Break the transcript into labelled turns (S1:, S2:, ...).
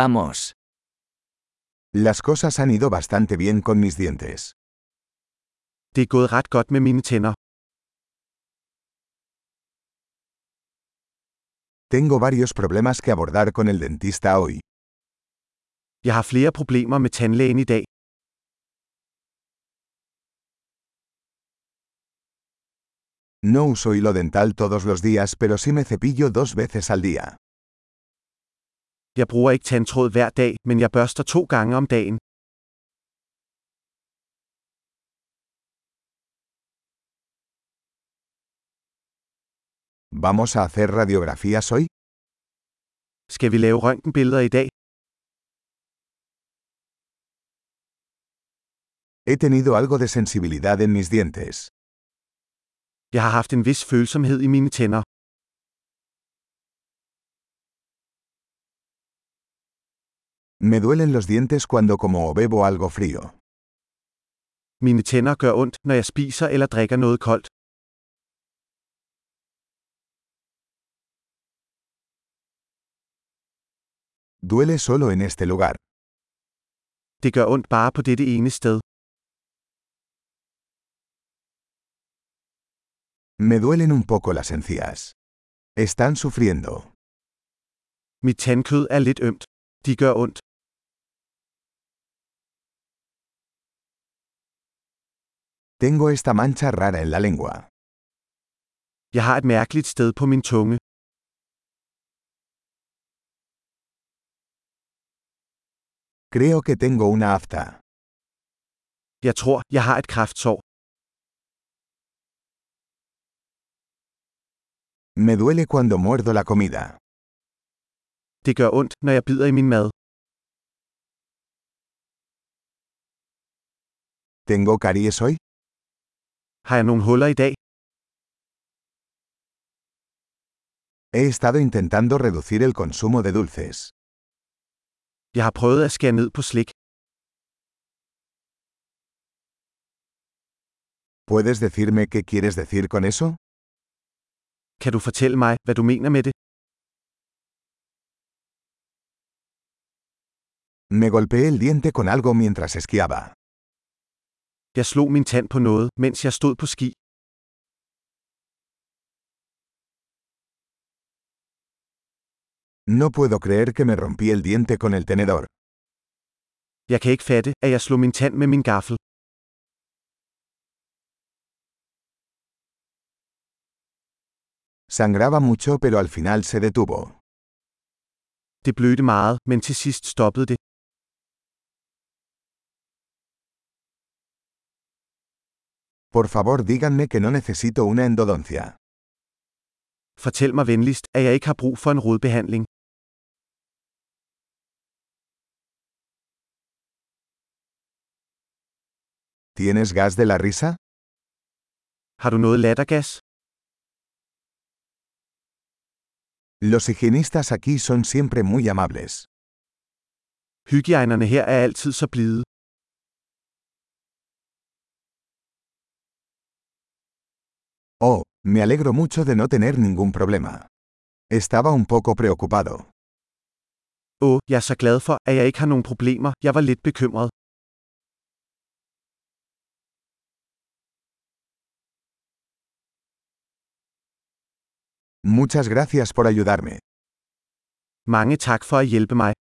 S1: Vamos.
S2: Las cosas han ido bastante bien con mis dientes.
S3: Det er gået ret godt med mine tænder.
S2: Tengo varios problemas que abordar con el dentista hoy.
S3: Jeg har flere problemer med tandlægen i dag.
S2: No uso hilo dental todos los días, pero sí me cepillo dos veces al día.
S3: Jeg bruger ikke tandtråd hver dag, men jeg børster to gange om dagen.
S2: ¿Vamos a hacer radiografías hoy?
S3: Skal vi lave røntgenbilleder i dag?
S2: He tenido algo de sensibilidad en mis dientes.
S3: Jeg har haft en vis følsomhed i mine tænder.
S2: Me duelen los dientes cuando como o bebo algo frío.
S3: Mine tænder gør ondt, når jeg spiser eller drikker noget koldt.
S2: Duele solo en este lugar.
S3: Det gør ondt bare på dette ene sted.
S2: Me duelen un poco las encías. Están sufriendo.
S3: Mit tandkød er lidt ømt. De gør ondt.
S2: Tengo esta mancha rara en la lengua.
S3: Jeg har et mærkeligt sted på min tunge.
S2: Creo que tengo una afta.
S3: Jeg tror, jeg har et kraftsår.
S2: Me duele cuando muerdo la comida.
S3: Det gør ondt, når jeg bider i min mad.
S2: ¿Tengo caries hoy?
S3: Har jeg nogle huller i dag?
S2: He estado intentando reducir el consumo de dulces.
S3: Jeg har prøvet at skære ned på slik.
S2: ¿Puedes decirme qué quieres decir con eso?
S3: Kan du fortælle mig, hvad du mener med det?
S2: Me golpeé el diente con algo mientras esquiaba.
S3: Jeg slog min tand på noget, mens jeg stod på ski.
S2: No puedo creer que me rompí el diente con el tenedor.
S3: Jeg kan ikke fatte, at jeg slog min tand med min gaffel.
S2: Sangraba mucho pero al final se detuvo.
S3: Det blødte meget, men til sidst stoppede det.
S2: Por favor díganme que no necesito una endodoncia.
S3: Fortæl mig venligst, at jeg ikke har brug for en rodbehandling.
S2: ¿Tienes gas de la risa?
S3: Har du noget lattergas?
S2: Los higienistas aquí son siempre muy amables.
S3: Hygiejnerne her er altid så blide.
S2: Oh, me alegro mucho de no tener ningún problema. Estaba un poco preocupado.
S3: Åh, jeg er så glad for, at jeg ikke har nogen problemer. Jeg var lidt bekymret.
S2: Muchas gracias por ayudarme.
S3: Mange tak for at hjælpe mig.